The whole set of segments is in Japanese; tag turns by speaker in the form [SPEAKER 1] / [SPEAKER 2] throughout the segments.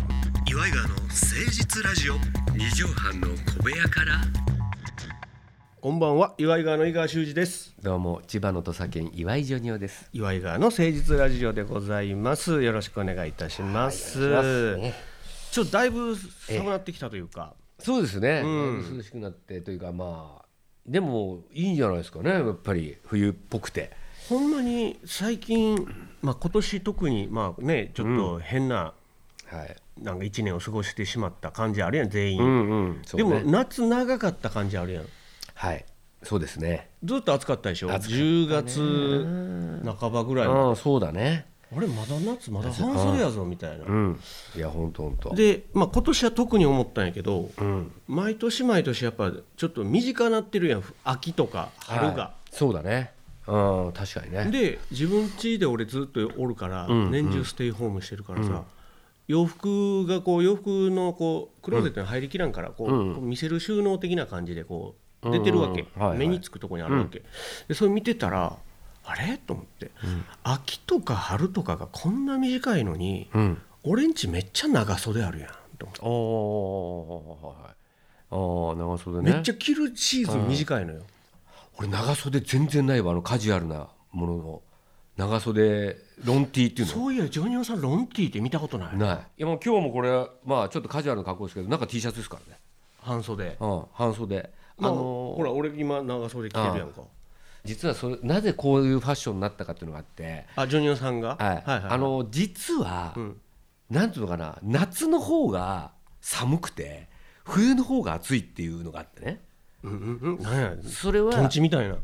[SPEAKER 1] イガーの誠実ラジオ
[SPEAKER 2] 二畳半の小部屋から
[SPEAKER 1] こんばんは岩井川の井川修司です
[SPEAKER 2] どうも千葉の土佐県岩井ジョニオです
[SPEAKER 1] 岩井川の誠実ラジオでございますよろしくお願いいたします,、ちょっとだいぶ寒くなってきたというか、
[SPEAKER 2] そうですね、涼しくなってというかまあでもいいんじゃないですかねやっぱり冬っぽくて
[SPEAKER 1] ほんまに最近まあ今年特にまあねちょっと変な、
[SPEAKER 2] はい
[SPEAKER 1] なんか一年を過ごしてしまった感じあるやん全員、
[SPEAKER 2] んうんそう
[SPEAKER 1] で
[SPEAKER 2] ね
[SPEAKER 1] も夏長かった感じあるやん
[SPEAKER 2] はいそうですね
[SPEAKER 1] ずっと暑かったでしょ、
[SPEAKER 2] 暑かったね
[SPEAKER 1] 10月半ばぐらいま
[SPEAKER 2] ああそうだね
[SPEAKER 1] であれまだ夏まだ半袖やぞみたいな、
[SPEAKER 2] うんいやほんとほんと
[SPEAKER 1] で、まあ、今年は特に思ったんやけど、
[SPEAKER 2] うん
[SPEAKER 1] 毎年毎年やっぱちょっと短なってるやん秋とか春が、
[SPEAKER 2] はいそうだねうん確かにね
[SPEAKER 1] で自分家で俺ずっとおるから、
[SPEAKER 2] ん
[SPEAKER 1] 年中ステイホームしてるからさ、洋服がこう洋服のこうクローゼットに入りきらんからこう、
[SPEAKER 2] うん
[SPEAKER 1] こう見せる収納的な感じでこう出てるわけ、
[SPEAKER 2] うんうんはいはい
[SPEAKER 1] 目につくとこにあるわけ、でそれ見てたらあれと思って、秋とか春とかがこんな短いのに、
[SPEAKER 2] うん
[SPEAKER 1] 俺んちめっちゃ長袖あるやんと思って
[SPEAKER 2] おおはいああ長袖ね
[SPEAKER 1] めっちゃ着るシーズン短いのよ、
[SPEAKER 2] 俺長袖全然ないわあのカジュアルなものの長袖ロンティーっていうの
[SPEAKER 1] そういやジョニオさんロンティーって見たことない、
[SPEAKER 2] ないいやもう今日もこれまあちょっとカジュアルな格好ですけど中 T シャツですからね、
[SPEAKER 1] 半袖
[SPEAKER 2] うん、半袖あ
[SPEAKER 1] まあ
[SPEAKER 2] のー
[SPEAKER 1] ほら俺今長袖着てるやんか
[SPEAKER 2] 実はそれなぜこういうファッションになったかっていうのがあって、
[SPEAKER 1] あジョニオさんが、
[SPEAKER 2] はいあのー実は、
[SPEAKER 1] ん
[SPEAKER 2] なんていうのかな夏の方が寒くて冬の方が暑いっていうのがあってね
[SPEAKER 1] うんうんうんなんや
[SPEAKER 2] それ
[SPEAKER 1] とん
[SPEAKER 2] は
[SPEAKER 1] ちみたいな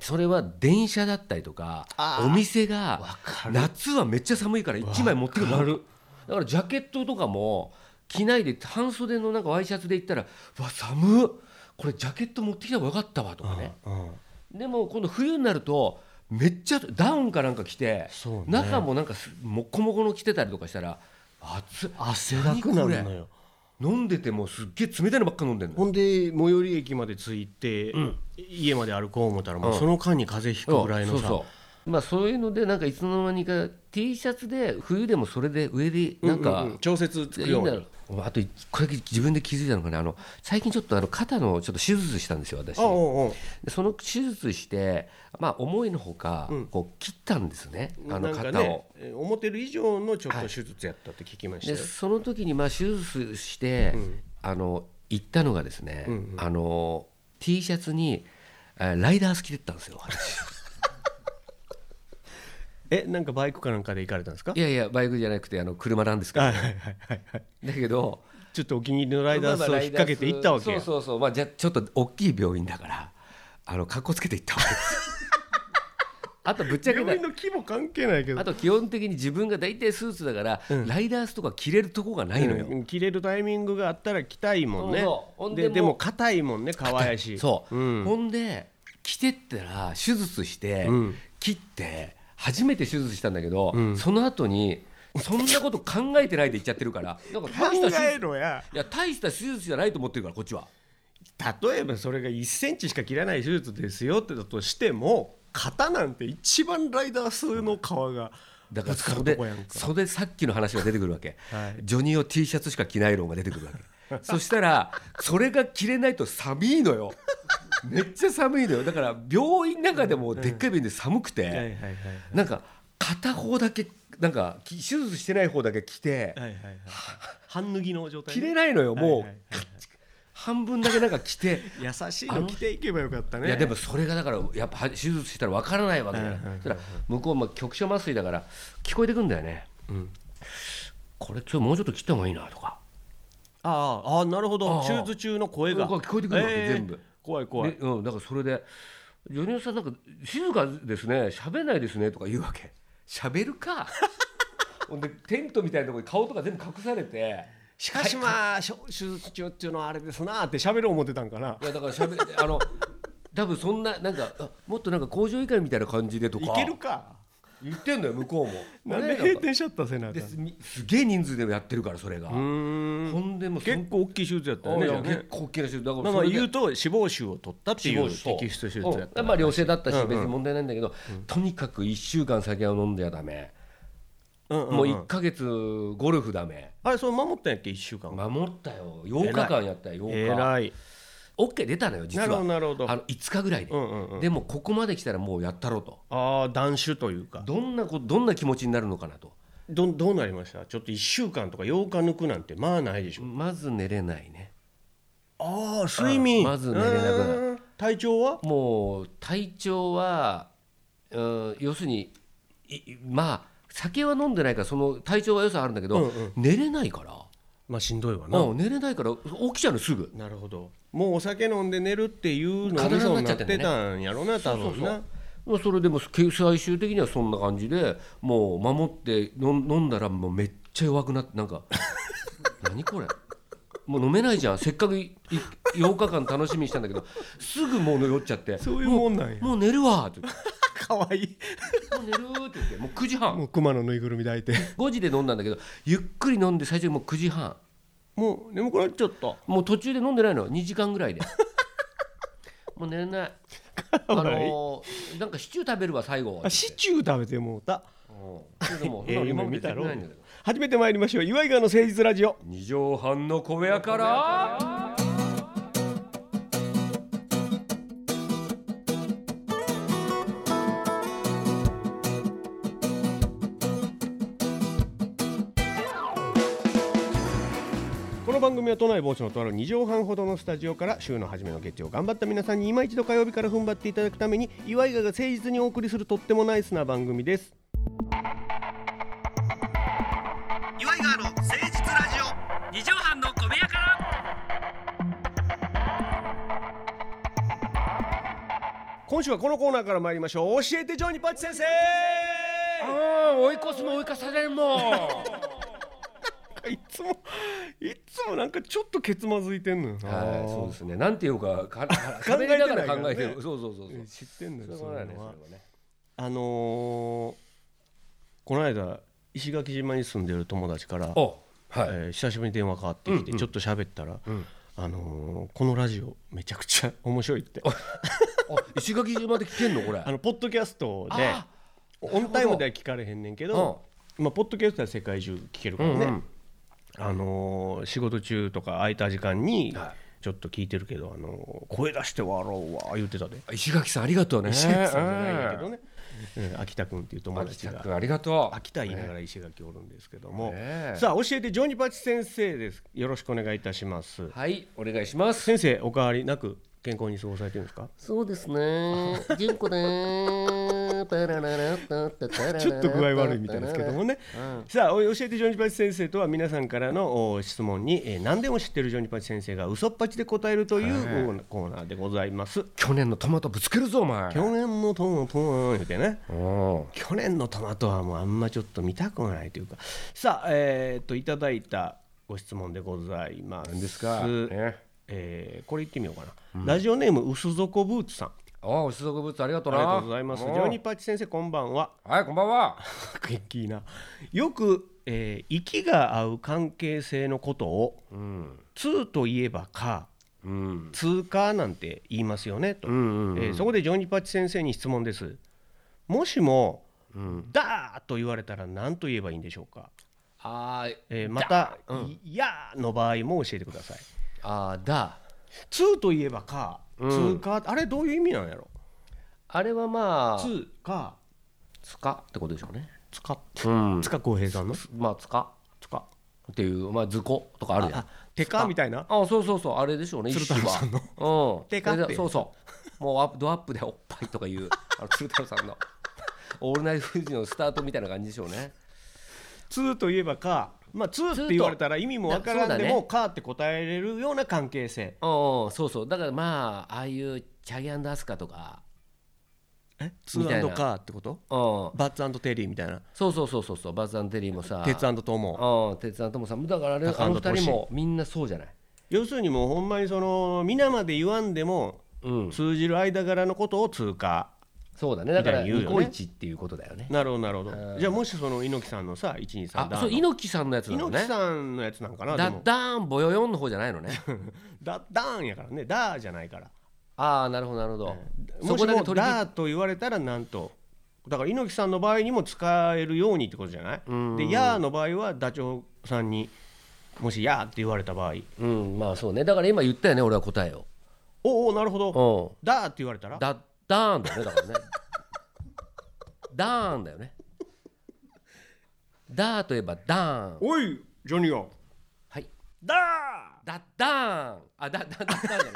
[SPEAKER 2] それは電車だったりとか
[SPEAKER 1] あー
[SPEAKER 2] お店が
[SPEAKER 1] か
[SPEAKER 2] 夏はめっちゃ寒いから1枚持ってくるだからジャケットとかも着ないで半袖のなんかワイシャツで行ったら「うわ寒っこれジャケット持ってきた方がよかったわ」とかね
[SPEAKER 1] うん
[SPEAKER 2] でも今度冬になるとめっちゃダウンかなんか着て
[SPEAKER 1] そうね
[SPEAKER 2] 中もなんかすもっこもこの着てたりとかしたら暑っ
[SPEAKER 1] 汗だくなるのよ
[SPEAKER 2] 飲んでてもすっげえ冷たいのばっか飲んでんの
[SPEAKER 1] ほんで最寄り駅まで着いて、家まで歩こう思ったらもう
[SPEAKER 2] うん
[SPEAKER 1] その間に風邪ひくぐらいのさ、
[SPEAKER 2] そうそうまあそういうのでなんかいつの間にか T シャツで冬でもそれで上でなんか、
[SPEAKER 1] うう調節つ
[SPEAKER 2] いや
[SPEAKER 1] く
[SPEAKER 2] いい
[SPEAKER 1] よう
[SPEAKER 2] んだ
[SPEAKER 1] に
[SPEAKER 2] ろうあとこれ自分で気づいたのかなあの最近ちょっとあの肩のちょっと手術したんですよ私
[SPEAKER 1] あおうおう
[SPEAKER 2] でその手術してまあ思いのほか、
[SPEAKER 1] うん
[SPEAKER 2] こう切ったんですね
[SPEAKER 1] な
[SPEAKER 2] あの
[SPEAKER 1] んか
[SPEAKER 2] 肩を、
[SPEAKER 1] ねえー思ってる以上のちょっと手術やったって聞きました
[SPEAKER 2] で
[SPEAKER 1] よ、
[SPEAKER 2] その時にまあ手術して、
[SPEAKER 1] うん
[SPEAKER 2] あの行ったのがですね、
[SPEAKER 1] うんうん
[SPEAKER 2] あの T シャツにえーライダース着てったんですよ 私
[SPEAKER 1] えなんかバイクかなんかで行かれたんですか
[SPEAKER 2] いやいやバイクじゃなくてあの車なんですけど
[SPEAKER 1] はいはいはいはいはい
[SPEAKER 2] だけど
[SPEAKER 1] ちょっとお気に入りのライダースを引っ掛けて行ったわけや
[SPEAKER 2] そうそうそうまあじゃあちょっと大きい病院だからあの格好つけて行ったわけです あとぶっちゃけ
[SPEAKER 1] 病
[SPEAKER 2] た
[SPEAKER 1] 院の規模関係ないけど
[SPEAKER 2] あと基本的に自分が大体スーツだから、ライダースとか着れるとこがないのよ、
[SPEAKER 1] うん着れるタイミングがあったら着たいもんね
[SPEAKER 2] そうそうほんで
[SPEAKER 1] で
[SPEAKER 2] もう
[SPEAKER 1] でも硬いもんね皮やし
[SPEAKER 2] そう、
[SPEAKER 1] ん
[SPEAKER 2] ほんで着てったら手術して、
[SPEAKER 1] うん
[SPEAKER 2] 切って初めて手術したんだけど、
[SPEAKER 1] うん
[SPEAKER 2] その後にそんなこと考えてないで言っちゃってるからなんか
[SPEAKER 1] 考
[SPEAKER 2] 大した手
[SPEAKER 1] え
[SPEAKER 2] 術
[SPEAKER 1] ろや
[SPEAKER 2] いや大した手術じゃないと思ってるからこっちは。
[SPEAKER 1] 例えばそれが1センチしか切らない手術ですよってだとしても型なんて一番ライダースの皮が
[SPEAKER 2] だか
[SPEAKER 1] ぶ
[SPEAKER 2] ら
[SPEAKER 1] つかる
[SPEAKER 2] 袖
[SPEAKER 1] とこやんか
[SPEAKER 2] 袖さっきの話が出てくるわけ、
[SPEAKER 1] はい
[SPEAKER 2] ジョニオ T シャツしか着ない論が出てくるわけ そしたらそれが着れないと寒い のよめっちゃ寒いのよだから病院の中でもでっかい病院で寒くて、
[SPEAKER 1] はいはいはい
[SPEAKER 2] なんか片方だけなんかき手術してない方だけ着て、
[SPEAKER 1] はいはいはい半脱ぎの状態
[SPEAKER 2] 着
[SPEAKER 1] ね
[SPEAKER 2] れないのよもう、
[SPEAKER 1] はいはい
[SPEAKER 2] 半分だけなんか着て。
[SPEAKER 1] 優しいの着ていけばよかったね
[SPEAKER 2] いやでもそれがだからやっぱ手術したらわからないわけじゃない
[SPEAKER 1] はいはいはいはい
[SPEAKER 2] そしたら向こうも局所麻酔だから聞こえてくんだよね、
[SPEAKER 1] ん
[SPEAKER 2] これちょもうちょっと切った方がいいなとか
[SPEAKER 1] ああああなるほど
[SPEAKER 2] ああ
[SPEAKER 1] 手術中の声が
[SPEAKER 2] 声が聞こえてくるわけ
[SPEAKER 1] ー
[SPEAKER 2] 全部
[SPEAKER 1] 怖い怖い
[SPEAKER 2] でうん、だからそれで「ジョニオさんなんか静かですね喋んないですね」とか言うわけ喋るか ほんでテントみたいなところに顔とか全部隠されて。
[SPEAKER 1] しかしまあ、しょ手術中っていうのはあれですなーって喋る思ってたんかない
[SPEAKER 2] やだから 喋ってあの多分そんななんかあもっとなんか工場委員会みたいな感じでと
[SPEAKER 1] い
[SPEAKER 2] か
[SPEAKER 1] けるか。
[SPEAKER 2] 言ってんのよ向こうも。
[SPEAKER 1] なん
[SPEAKER 2] ね
[SPEAKER 1] で閉店しちゃったせなあかん。
[SPEAKER 2] ですみすげえ人数でやってるからそれが、
[SPEAKER 1] うー
[SPEAKER 2] ほ
[SPEAKER 1] ん。
[SPEAKER 2] んでもうそん
[SPEAKER 1] 結構大きい手術やったよね。
[SPEAKER 2] い
[SPEAKER 1] じゃ
[SPEAKER 2] や
[SPEAKER 1] あ
[SPEAKER 2] 結
[SPEAKER 1] ね
[SPEAKER 2] 構大きな人だから
[SPEAKER 1] まあま
[SPEAKER 2] そ
[SPEAKER 1] あ
[SPEAKER 2] れで
[SPEAKER 1] 言うと死亡臭を取ったっていう
[SPEAKER 2] 死亡しそう
[SPEAKER 1] 摘出手術やった
[SPEAKER 2] うん
[SPEAKER 1] な。
[SPEAKER 2] まあ良性だったし
[SPEAKER 1] うんうん
[SPEAKER 2] 別に問題ないんだけど、とにかく1週間酒を飲んではダメ
[SPEAKER 1] うんうんうん
[SPEAKER 2] もう1か月ゴルフダメ
[SPEAKER 1] あれそれ守ったんやっけ1週間
[SPEAKER 2] 守ったよ8日間やったよ
[SPEAKER 1] え
[SPEAKER 2] 8日
[SPEAKER 1] らい
[SPEAKER 2] OK 出たのよ実
[SPEAKER 1] なるほど
[SPEAKER 2] は
[SPEAKER 1] なるほど
[SPEAKER 2] あの5日ぐらいで、
[SPEAKER 1] うんうんうん
[SPEAKER 2] でもここまで来たらもうやったろうと
[SPEAKER 1] ああ断酒というか
[SPEAKER 2] どんなこどんな気持ちになるのかなと
[SPEAKER 1] どどうなりましたちょっと1週間とか8日抜くなんてまあないでしょ
[SPEAKER 2] まず寝れないね
[SPEAKER 1] ああ睡眠
[SPEAKER 2] うんまず寝れなくなる
[SPEAKER 1] うん体調は
[SPEAKER 2] もう体調は、うん、要するにいいまあ酒は飲んでないからその体調は良さあるんだけど、
[SPEAKER 1] うんうん
[SPEAKER 2] 寝れないから、
[SPEAKER 1] まあしんどいわな
[SPEAKER 2] うん、寝れないから起きちゃうのすぐ
[SPEAKER 1] なるほどもうお酒飲んで寝るっていうの
[SPEAKER 2] 体
[SPEAKER 1] に
[SPEAKER 2] になっちゃ
[SPEAKER 1] なって
[SPEAKER 2] っんだね
[SPEAKER 1] てたんやろな多分な
[SPEAKER 2] まあそれでもけ最終的にはそんな感じでもう守っての飲んだらもうめっちゃ弱くなってなんか 何これもう飲めないじゃんせっかくいい8日間楽しみにしたんだけどすぐもう酔っちゃって
[SPEAKER 1] そういうもんなんや
[SPEAKER 2] もう寝るわ」って言っ
[SPEAKER 1] かわいい
[SPEAKER 2] て「もう寝る」って言ってもう9時 半
[SPEAKER 1] もう熊のぬいぐるみ抱いて
[SPEAKER 2] 5時で飲んだんだけどゆっくり飲んで最初にもう9時半
[SPEAKER 1] もう眠くなっちゃった
[SPEAKER 2] もう途中で飲んでないの2時間ぐらいで もう寝れないあ
[SPEAKER 1] わいい
[SPEAKER 2] のーなんかシチュー食べるわ最後
[SPEAKER 1] あシチュー食べてもうた
[SPEAKER 2] うんそれでも
[SPEAKER 1] ええ
[SPEAKER 2] 今
[SPEAKER 1] 夢
[SPEAKER 2] まで
[SPEAKER 1] 見たろ
[SPEAKER 2] 出てないんだけど
[SPEAKER 1] 初めて参りましょう岩井川の誠実ラジオ
[SPEAKER 2] 二畳半の小部屋から
[SPEAKER 1] この番組は都内某所のとある2畳半ほどのスタジオから週の初めの月曜頑張った皆さんに今一度火曜日から踏ん張っていただくために岩井川が誠実にお送りするとってもナイスな番組です
[SPEAKER 3] 岩井川の誠実ラジオ二畳半の小部屋から
[SPEAKER 1] 今週はこのコーナーから参りましょう教えてジョニーパッチ先生
[SPEAKER 2] ああ追い越すも追い越され るもん
[SPEAKER 1] いつもいつもなんかちょっとケツまずいてんのよな
[SPEAKER 2] はいそうですねなんていうかか
[SPEAKER 1] 考え
[SPEAKER 2] 喋
[SPEAKER 1] て
[SPEAKER 2] り
[SPEAKER 1] な
[SPEAKER 2] ないが
[SPEAKER 1] からね
[SPEAKER 2] ら考えてるそうそうそうそう
[SPEAKER 1] 知ってんのよ
[SPEAKER 2] そ
[SPEAKER 1] そう
[SPEAKER 2] れ
[SPEAKER 1] い
[SPEAKER 2] は
[SPEAKER 1] う
[SPEAKER 2] ね
[SPEAKER 1] のは
[SPEAKER 2] それはね
[SPEAKER 1] あのーこの間石垣島に住んでる友達から、
[SPEAKER 2] おはい、
[SPEAKER 1] えー久しぶりに電話かかってきて、ちょっと喋ったら、あのーこのラジオめちゃくちゃ面白いって
[SPEAKER 2] あ石垣島で聞けんのこれ
[SPEAKER 1] あのポッドキャストで
[SPEAKER 2] あ
[SPEAKER 1] オンタイムでは聞かれへんねんけど、まあ、ポッドキャストは世界中聞けるからね、
[SPEAKER 2] うんうん
[SPEAKER 1] あのー仕事中とか空いた時間に
[SPEAKER 2] は
[SPEAKER 1] ちょっと聞いてるけど、あのー声出して笑うわ言ってたで。
[SPEAKER 2] 石垣さんありがとうね
[SPEAKER 1] 石垣 さんじゃないんだけどね、うん秋田君っていう友
[SPEAKER 2] 秋
[SPEAKER 1] 達
[SPEAKER 2] 田
[SPEAKER 1] が
[SPEAKER 2] 君ありがとう
[SPEAKER 1] 秋田言いながら石垣おるんですけども、
[SPEAKER 2] ねえ
[SPEAKER 1] さあ教えてジョニパチ先生ですよろしくお願いいたします
[SPEAKER 2] はいお願いします
[SPEAKER 1] 先生お変わりなく健康に過ごされてるんですか
[SPEAKER 4] そうですね。純子で。パラララッタッタタラララッタ
[SPEAKER 1] ちょっと具合悪いみたいですけどもね、さあお教えてジョニパチ先生とは皆さんからのお質問に、えー、何でも知ってるジョニパチ先生が嘘っぱちで答えるというおコーナーでございます
[SPEAKER 2] 去年のトマトぶつけるぞお前
[SPEAKER 1] 去年のトマトは言うてね
[SPEAKER 2] うん
[SPEAKER 1] 去年のトマトはもうあんまちょっと見たくないというかさあえっといただいたご質問でございます
[SPEAKER 2] 何ですかね
[SPEAKER 1] えーこれ言ってみようかな、ラジオネーム薄底ブーツさんあ
[SPEAKER 2] ああ、お出族物ありがとう
[SPEAKER 1] り
[SPEAKER 2] な。
[SPEAKER 1] がとうございますジ
[SPEAKER 2] ん
[SPEAKER 1] ョニーパッチ先生こんばんは
[SPEAKER 2] はい、こんばんは。
[SPEAKER 1] 元気いいなよく、えー息が合う関係性のことを
[SPEAKER 2] うん、
[SPEAKER 1] 「通」といえば「か」
[SPEAKER 2] うん
[SPEAKER 1] 「通過」なんて言いますよねと、
[SPEAKER 2] うん
[SPEAKER 1] えーそこでジョニーパッチ先生に質問ですもしも
[SPEAKER 2] うん。
[SPEAKER 1] 「だ」と言われたら何と言えばいいんでしょうか
[SPEAKER 2] あー
[SPEAKER 1] えーまた「
[SPEAKER 2] だうん
[SPEAKER 1] いや」の場合も教えてください。
[SPEAKER 2] あーだ。
[SPEAKER 1] 通といえばか、通かあれどういう意味なんやろ
[SPEAKER 2] あれはまあ、
[SPEAKER 1] 通か
[SPEAKER 2] つかってことでしょうね。
[SPEAKER 1] 使って
[SPEAKER 2] うん。
[SPEAKER 1] 塚浩平さんの
[SPEAKER 2] まあ、つか
[SPEAKER 1] 塚
[SPEAKER 2] っていう、まあ、図工とかあるじゃん。
[SPEAKER 1] あてかみたいな
[SPEAKER 2] あそうそうそう、あれでしょうね、一種は。うん。
[SPEAKER 1] てかって
[SPEAKER 2] それでそうそう。もうアップドアップでおっぱいとか いう、あの鶴太郎さんの。オールナイトフジのスタートみたいな感じでしょうね。
[SPEAKER 1] 通といえばかまあ通って言われたら意味もわからんで
[SPEAKER 2] そうだ
[SPEAKER 1] も
[SPEAKER 2] ね
[SPEAKER 1] かって答えれるような関係性
[SPEAKER 2] うんうん、そうそう。だからまあ、ああいうチャギアンダスカとか、
[SPEAKER 1] え
[SPEAKER 2] 通みたいな
[SPEAKER 1] かってこと
[SPEAKER 2] うん。
[SPEAKER 1] バッツテリーみたいな
[SPEAKER 2] そうそうそうそうそうバズ・アン・テリーもさ
[SPEAKER 1] 鉄トモ
[SPEAKER 2] うん鉄腕ともさだからあれ
[SPEAKER 1] 高
[SPEAKER 2] あの
[SPEAKER 1] 安と
[SPEAKER 2] 二人もみんなそうじゃない
[SPEAKER 1] 要するにもうほんまにその皆まで言わんでも
[SPEAKER 2] うん
[SPEAKER 1] 通じる間柄のことを通過
[SPEAKER 2] そうだねだから
[SPEAKER 1] みたいに言
[SPEAKER 2] ニ
[SPEAKER 1] うよ
[SPEAKER 2] コ
[SPEAKER 1] ね
[SPEAKER 2] イチっていうことだよね
[SPEAKER 1] なるほどなるほ
[SPEAKER 2] う
[SPEAKER 1] ど
[SPEAKER 2] ん
[SPEAKER 1] じゃあもしその猪木さんのさ
[SPEAKER 2] あ
[SPEAKER 1] 123
[SPEAKER 2] そう
[SPEAKER 1] だ
[SPEAKER 2] 猪木さんのやつなの
[SPEAKER 1] 猪木
[SPEAKER 2] ねだ
[SPEAKER 1] さんのやつなんかなで
[SPEAKER 2] ダ
[SPEAKER 1] も
[SPEAKER 2] ーンボヨヨンの方じゃないの ね
[SPEAKER 1] だだーんやからねだーじゃないから
[SPEAKER 2] ああなるほどなるほど
[SPEAKER 1] も
[SPEAKER 2] そ
[SPEAKER 1] し
[SPEAKER 2] こだけ
[SPEAKER 1] も
[SPEAKER 2] 取り切っ
[SPEAKER 1] だーと言われたらなんとだから猪木さんの場合にも使えるようにってことじゃない、で「やー」の場合はダチョウさんにもし「やー」って言われた場合
[SPEAKER 2] うんまあそうねだから今言ったよね俺は答え
[SPEAKER 1] 「おうおうなるほど」
[SPEAKER 2] を
[SPEAKER 1] 「だー」って言われた
[SPEAKER 2] う
[SPEAKER 1] ら
[SPEAKER 2] んだダーンだよねだからね ダーンだよねダーといえばダーン
[SPEAKER 1] おいジョニーよ
[SPEAKER 2] はい
[SPEAKER 1] だー
[SPEAKER 2] だダーンあだだだだじゃない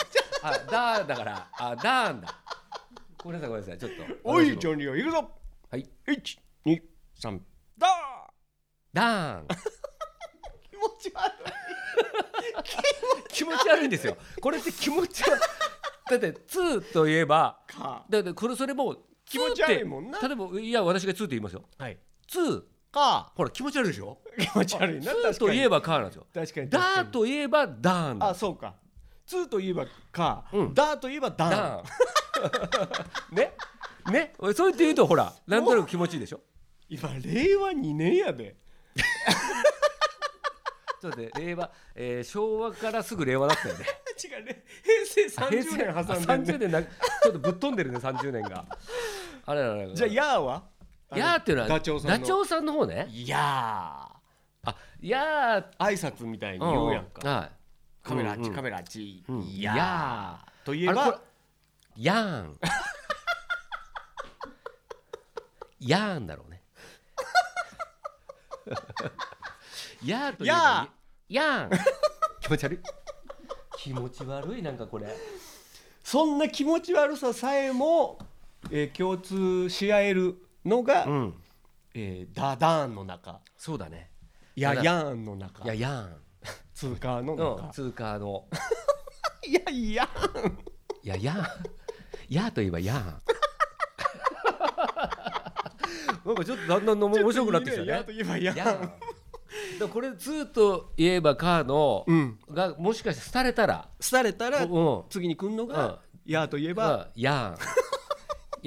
[SPEAKER 2] あダーだからあダーンだごめんなさいごめんなさいちょっと
[SPEAKER 1] お
[SPEAKER 2] 私
[SPEAKER 1] い
[SPEAKER 2] も
[SPEAKER 1] ジョニーよ行くぞ
[SPEAKER 2] はい
[SPEAKER 1] 一二三だー
[SPEAKER 2] ダーン
[SPEAKER 1] 気持ち悪い
[SPEAKER 2] 気持ち悪いんですよこれって気持ち悪いだってツーといえば
[SPEAKER 1] か
[SPEAKER 2] だってこれそれもう
[SPEAKER 1] 気持ち悪いもんな
[SPEAKER 2] ツーって例えばいや私がツーって言いますよ
[SPEAKER 1] はい
[SPEAKER 2] ツー
[SPEAKER 1] か
[SPEAKER 2] ほら気持ち悪いでしょ
[SPEAKER 1] 気持ち悪いな
[SPEAKER 2] ツーといえばカーなんですよ
[SPEAKER 1] 確かに
[SPEAKER 2] ダ
[SPEAKER 1] 確かに
[SPEAKER 2] ーといえばダーン
[SPEAKER 1] あ
[SPEAKER 2] だ
[SPEAKER 1] そうか2といえばか、
[SPEAKER 2] うん
[SPEAKER 1] だといえばだ
[SPEAKER 2] ダー ンねねそう言って言うとほらなんとなく気持ちいいでしょ
[SPEAKER 1] 今令和2年やで
[SPEAKER 2] ちょっと待って令和、えー、昭和からすぐ令和だったよね
[SPEAKER 1] 違うね平成30年挟んでんね
[SPEAKER 2] 30年なちょっとぶっ飛んでるね30年があれあれあれ
[SPEAKER 1] じゃあ
[SPEAKER 2] や
[SPEAKER 1] やーは
[SPEAKER 2] ーっていうのは
[SPEAKER 1] ダチョウさんの
[SPEAKER 2] さんの方ね
[SPEAKER 1] や
[SPEAKER 2] あやーって
[SPEAKER 1] ー挨拶みたいに言うやんか、
[SPEAKER 2] はい
[SPEAKER 1] カメラあっち、
[SPEAKER 2] うんうん
[SPEAKER 1] カメラあっち、
[SPEAKER 2] うん
[SPEAKER 1] やー
[SPEAKER 2] や
[SPEAKER 1] とい
[SPEAKER 2] ー
[SPEAKER 1] え
[SPEAKER 2] あれこれ
[SPEAKER 1] ば
[SPEAKER 2] やー んやーんだろうね やーといえばやーん気持ち悪い気持ち悪いなんかこれ
[SPEAKER 1] そんな気持ち悪ささえも、えー共通し合えるのが、
[SPEAKER 2] うん
[SPEAKER 1] えーダダーンの中
[SPEAKER 2] そうだね
[SPEAKER 1] や
[SPEAKER 2] ただ
[SPEAKER 1] やーんの中
[SPEAKER 2] いややーん
[SPEAKER 1] 通貨の
[SPEAKER 2] の
[SPEAKER 1] 中、
[SPEAKER 2] 通貨の
[SPEAKER 1] いやいや
[SPEAKER 2] いややーんやーといえばやーん なんかちょっとだんだんの面白くなってきたね
[SPEAKER 1] やーといえばや
[SPEAKER 2] や
[SPEAKER 1] ーん
[SPEAKER 2] ーんだからこれ「ーといえば「か」の、
[SPEAKER 1] うん
[SPEAKER 2] がもしかして廃れたら
[SPEAKER 1] 廃れた
[SPEAKER 2] 「う
[SPEAKER 1] ら
[SPEAKER 2] ん
[SPEAKER 1] 次に来んの
[SPEAKER 2] うん
[SPEAKER 1] が、やーといえば、
[SPEAKER 2] が やーん」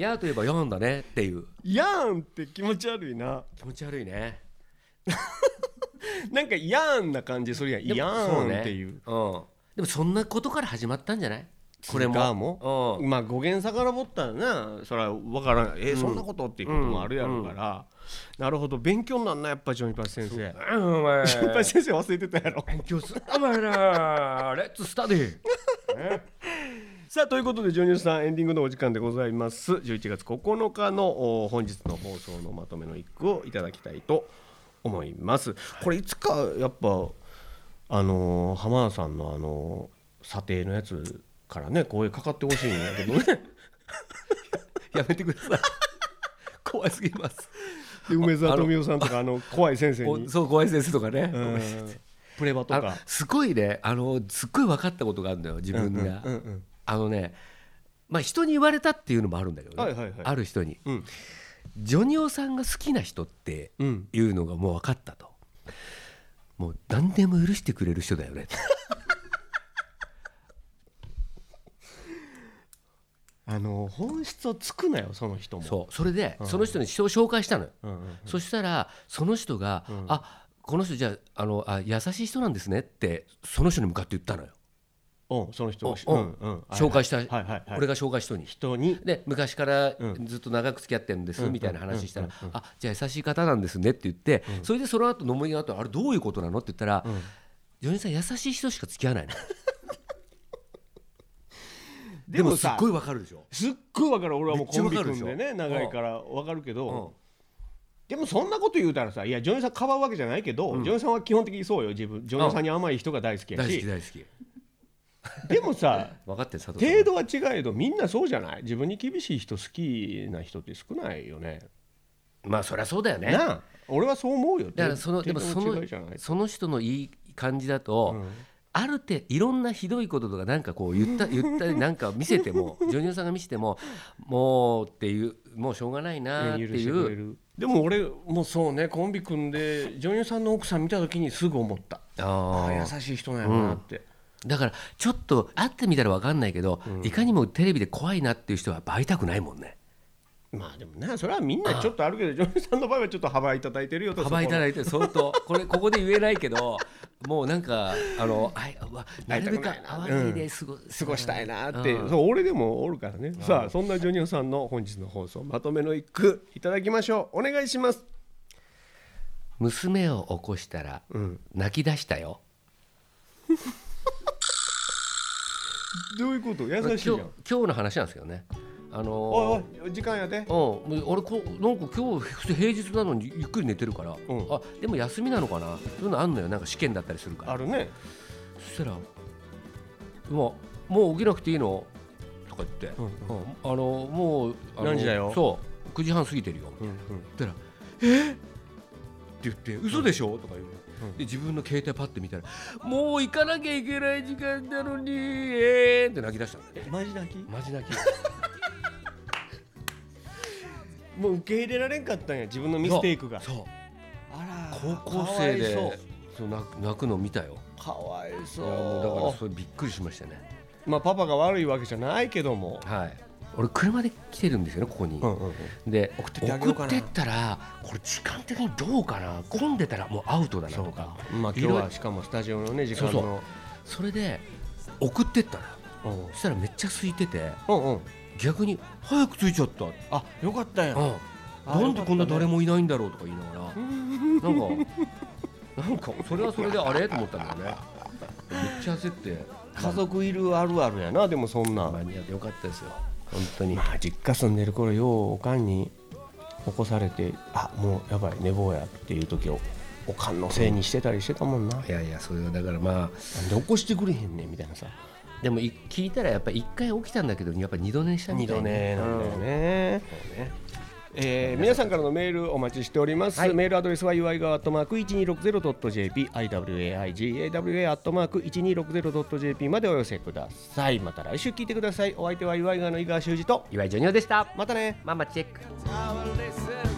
[SPEAKER 2] 「やー」といえば「やーん」だねっていう
[SPEAKER 1] やーんって気持ち悪いな
[SPEAKER 2] 気持ち悪いね
[SPEAKER 1] なんかやーんな感じするやん
[SPEAKER 2] でも
[SPEAKER 1] や
[SPEAKER 2] そ
[SPEAKER 1] ーん
[SPEAKER 2] ね
[SPEAKER 1] っていう
[SPEAKER 2] うん、でもそんなことから始まったんじゃないこれ
[SPEAKER 1] 通貨
[SPEAKER 2] も
[SPEAKER 1] も
[SPEAKER 2] うん
[SPEAKER 1] まあ語源さかのぼったらなそれは分からないえーそんなことっていうこともあるやろうから、なるほど勉強になんなやっぱジョニパチ先生ジョ
[SPEAKER 2] うん お前
[SPEAKER 1] ニパチ先生忘れてたやろ
[SPEAKER 2] 勉強するお前らレッツスタディ
[SPEAKER 1] さあということでジョニオさんエンディングのお時間でございます11月9日のお本日の放送のまとめの一句をいただきたいと思いますこれいつかやっぱあのー浜田さんのあのー査定のやつからね声かかってほしいんだけどね
[SPEAKER 2] やめてください怖すぎます
[SPEAKER 1] で 梅沢富美男さんとかあの怖い先生に
[SPEAKER 2] おそうご挨拶とかね、
[SPEAKER 1] うん プレバと
[SPEAKER 2] あの
[SPEAKER 1] か
[SPEAKER 2] すごいねあのすっごい分かったことがあるんだよ自分が、
[SPEAKER 1] うんうん
[SPEAKER 2] あのねまあ人に言われたっていうのもあるんだけどね、
[SPEAKER 1] はいはいはい
[SPEAKER 2] ある人に、
[SPEAKER 1] うん
[SPEAKER 2] ジョニオさんが好きな人って
[SPEAKER 1] うん
[SPEAKER 2] いうのがもう分かったともう何でも許してくれる人だよね
[SPEAKER 1] あのー本質をつくなよその人も
[SPEAKER 2] そうそれでその人に人を紹介したのよ、
[SPEAKER 1] うんうん
[SPEAKER 2] そしたらその人が「あこの人じゃああのあ優しい人なんですね」ってその人に向かって言ったのよ
[SPEAKER 1] うんその人を
[SPEAKER 2] おお紹介した
[SPEAKER 1] はいはいはいはい
[SPEAKER 2] 俺が紹介した人に
[SPEAKER 1] 人に
[SPEAKER 2] で昔から
[SPEAKER 1] うん
[SPEAKER 2] ずっと長く付き合ってるんです
[SPEAKER 1] うん
[SPEAKER 2] みたいな話したら
[SPEAKER 1] うんうん
[SPEAKER 2] 「あじゃあ優しい方なんですね」って言ってそれでその後飲みの後あれどういうことなの?」って言ったら
[SPEAKER 1] ん
[SPEAKER 2] 「ジョニーさん優しい人しか付き合わないの」
[SPEAKER 1] で
[SPEAKER 2] で
[SPEAKER 1] も
[SPEAKER 2] もすっ
[SPEAKER 1] さ
[SPEAKER 2] ごいわかるでしょ
[SPEAKER 1] すっごい分かる俺はもうコンビ
[SPEAKER 2] めっちゃ
[SPEAKER 1] 組
[SPEAKER 2] 分
[SPEAKER 1] ん
[SPEAKER 2] か
[SPEAKER 1] で
[SPEAKER 2] るでし
[SPEAKER 1] ね
[SPEAKER 2] ょ
[SPEAKER 1] 長いから分かるけ
[SPEAKER 2] う
[SPEAKER 1] ど
[SPEAKER 2] ん
[SPEAKER 1] でもそんなこと言うたらさいやジョニーさんかばうわけじゃないけど、ジョニーさんは基本的にそうよ自分ジョニーさんに甘い人が大好きや
[SPEAKER 2] 大好き
[SPEAKER 1] し
[SPEAKER 2] 大好き
[SPEAKER 1] でもさ
[SPEAKER 2] 分かってる佐藤さん
[SPEAKER 1] 程度は違えどみんなそうじゃない自分に厳しい人好きな人って少ないよね
[SPEAKER 2] まあそりゃそうだよね
[SPEAKER 1] なあ俺はそう思うよ
[SPEAKER 2] だからそので
[SPEAKER 1] 程
[SPEAKER 2] も
[SPEAKER 1] 度
[SPEAKER 2] そ
[SPEAKER 1] 違いじゃな
[SPEAKER 2] の
[SPEAKER 1] い
[SPEAKER 2] その人のいい感じだと、ある程度いろんなひどいこととかなんかこう 言った言ったりなんか見せてもジョニオさんが見せてももうっていうもうしょうがないなって
[SPEAKER 1] 許して
[SPEAKER 2] い
[SPEAKER 1] くれ
[SPEAKER 2] う
[SPEAKER 1] るでも俺もそうねコンビ組んで女優さんの奥さん見た時にすぐ思ったあ
[SPEAKER 2] あ
[SPEAKER 1] あ
[SPEAKER 2] ー
[SPEAKER 1] 優しい人なんやろなって、
[SPEAKER 2] だからちょっと会ってみたら分かんないけど、いかにもテレビで怖いなっていう人はやっぱ会いたくないもんね
[SPEAKER 1] まあでもなそれはみんなちょっとあるけど女優さんの場合はちょっと幅いただいてるよと
[SPEAKER 2] 幅いた
[SPEAKER 1] い
[SPEAKER 2] だいて相当これここで言えないけどもうなんかあのあいわなるべく
[SPEAKER 1] 会いたくないな
[SPEAKER 2] 会わないで過ご,、
[SPEAKER 1] 過ごしたいなって、
[SPEAKER 2] うん
[SPEAKER 1] そう俺でもおるからね、さあそんなジョニオさんの本日の放送まとめの一句いただきましょうお願いします
[SPEAKER 2] 娘を起こしたら、
[SPEAKER 1] ん
[SPEAKER 2] 泣き出したよ
[SPEAKER 1] どういうこと優
[SPEAKER 2] 今
[SPEAKER 1] し
[SPEAKER 2] 日
[SPEAKER 1] いや
[SPEAKER 2] 今
[SPEAKER 1] ん
[SPEAKER 2] 日の話なんですけどねあ
[SPEAKER 1] おい
[SPEAKER 2] の
[SPEAKER 1] おい時間やで
[SPEAKER 2] うん、もう俺こうなんか今日平日なのにゆっくり寝てるから、
[SPEAKER 1] ん
[SPEAKER 2] あでも休みなのかなそういうのあんのよなんか試験だったりするから
[SPEAKER 1] あるね
[SPEAKER 2] そしたら「もうもう起きなくていいの?」とか言って「
[SPEAKER 1] うん
[SPEAKER 2] うんあのもうあの
[SPEAKER 1] 何時だよ
[SPEAKER 2] そう9時半過ぎてるよ」
[SPEAKER 1] うん
[SPEAKER 2] ったら「えーって言って「嘘でしょ?」とか言う、
[SPEAKER 1] うん
[SPEAKER 2] で自分の携帯パッて見たら「もう行かなきゃいけない時間なのにえー」って泣き出したんだね
[SPEAKER 1] マジ泣き
[SPEAKER 2] マジ泣 き
[SPEAKER 1] もう受け入れられんかったんや自分のミステイクが
[SPEAKER 2] そう
[SPEAKER 1] あ
[SPEAKER 2] 高校生で
[SPEAKER 1] かわい
[SPEAKER 2] そう泣く泣くの見たよ
[SPEAKER 1] そうかわい
[SPEAKER 2] いやもうだから
[SPEAKER 1] そ
[SPEAKER 2] それびっくりしましたね
[SPEAKER 1] うまあパパが悪いわけじゃないけども
[SPEAKER 2] はい俺車で来てるんですよねここに、
[SPEAKER 1] うんうんうん
[SPEAKER 2] で
[SPEAKER 1] 送っっ
[SPEAKER 2] 送って
[SPEAKER 1] てあげようかな
[SPEAKER 2] ったらこれ時間的にどうかな混んでたらもうアウトだなとか
[SPEAKER 1] まあ今
[SPEAKER 2] いろ
[SPEAKER 1] 日
[SPEAKER 2] いろ
[SPEAKER 1] はしかもスタジオのね時間
[SPEAKER 2] そう
[SPEAKER 1] の
[SPEAKER 2] それで送ってったら
[SPEAKER 1] うん
[SPEAKER 2] そしたらめっちゃ空いてて
[SPEAKER 1] うんうん
[SPEAKER 2] 逆に早く着いちゃった、うん、
[SPEAKER 1] あよかったやんあ
[SPEAKER 2] なんでこんな誰もいないんだろうとか言いなが らなんかなんかそれはそれであれと思ったんだよねめっちゃ焦って
[SPEAKER 1] 家族いるあるあるやなでもそんな
[SPEAKER 2] 間に合ってよかったですよ本当に
[SPEAKER 1] まあ実家住んでる頃ようおかんに起こされてあもうやばい寝坊やっていう時をおかんのせいにしてたりしてたもんななんで
[SPEAKER 2] いやいやそれはだからまあ
[SPEAKER 1] 起こしてくれへんねんみたいなさ
[SPEAKER 2] でもい聞いたらやっぱ一回起きたんだけどやっぱ二度寝したみたい
[SPEAKER 1] な
[SPEAKER 2] な
[SPEAKER 1] んだよね。えー皆さんからのメールお待ちしております、メールアドレスは UI がアットマーク 1260.jp iwaigawa アットマーク 1260.jp までお寄せくださいまた来週聞いてくださいお相手は UI がの井川修司と
[SPEAKER 2] 岩井ジョニオでした
[SPEAKER 1] またね
[SPEAKER 2] ママチェック
[SPEAKER 3] I will listen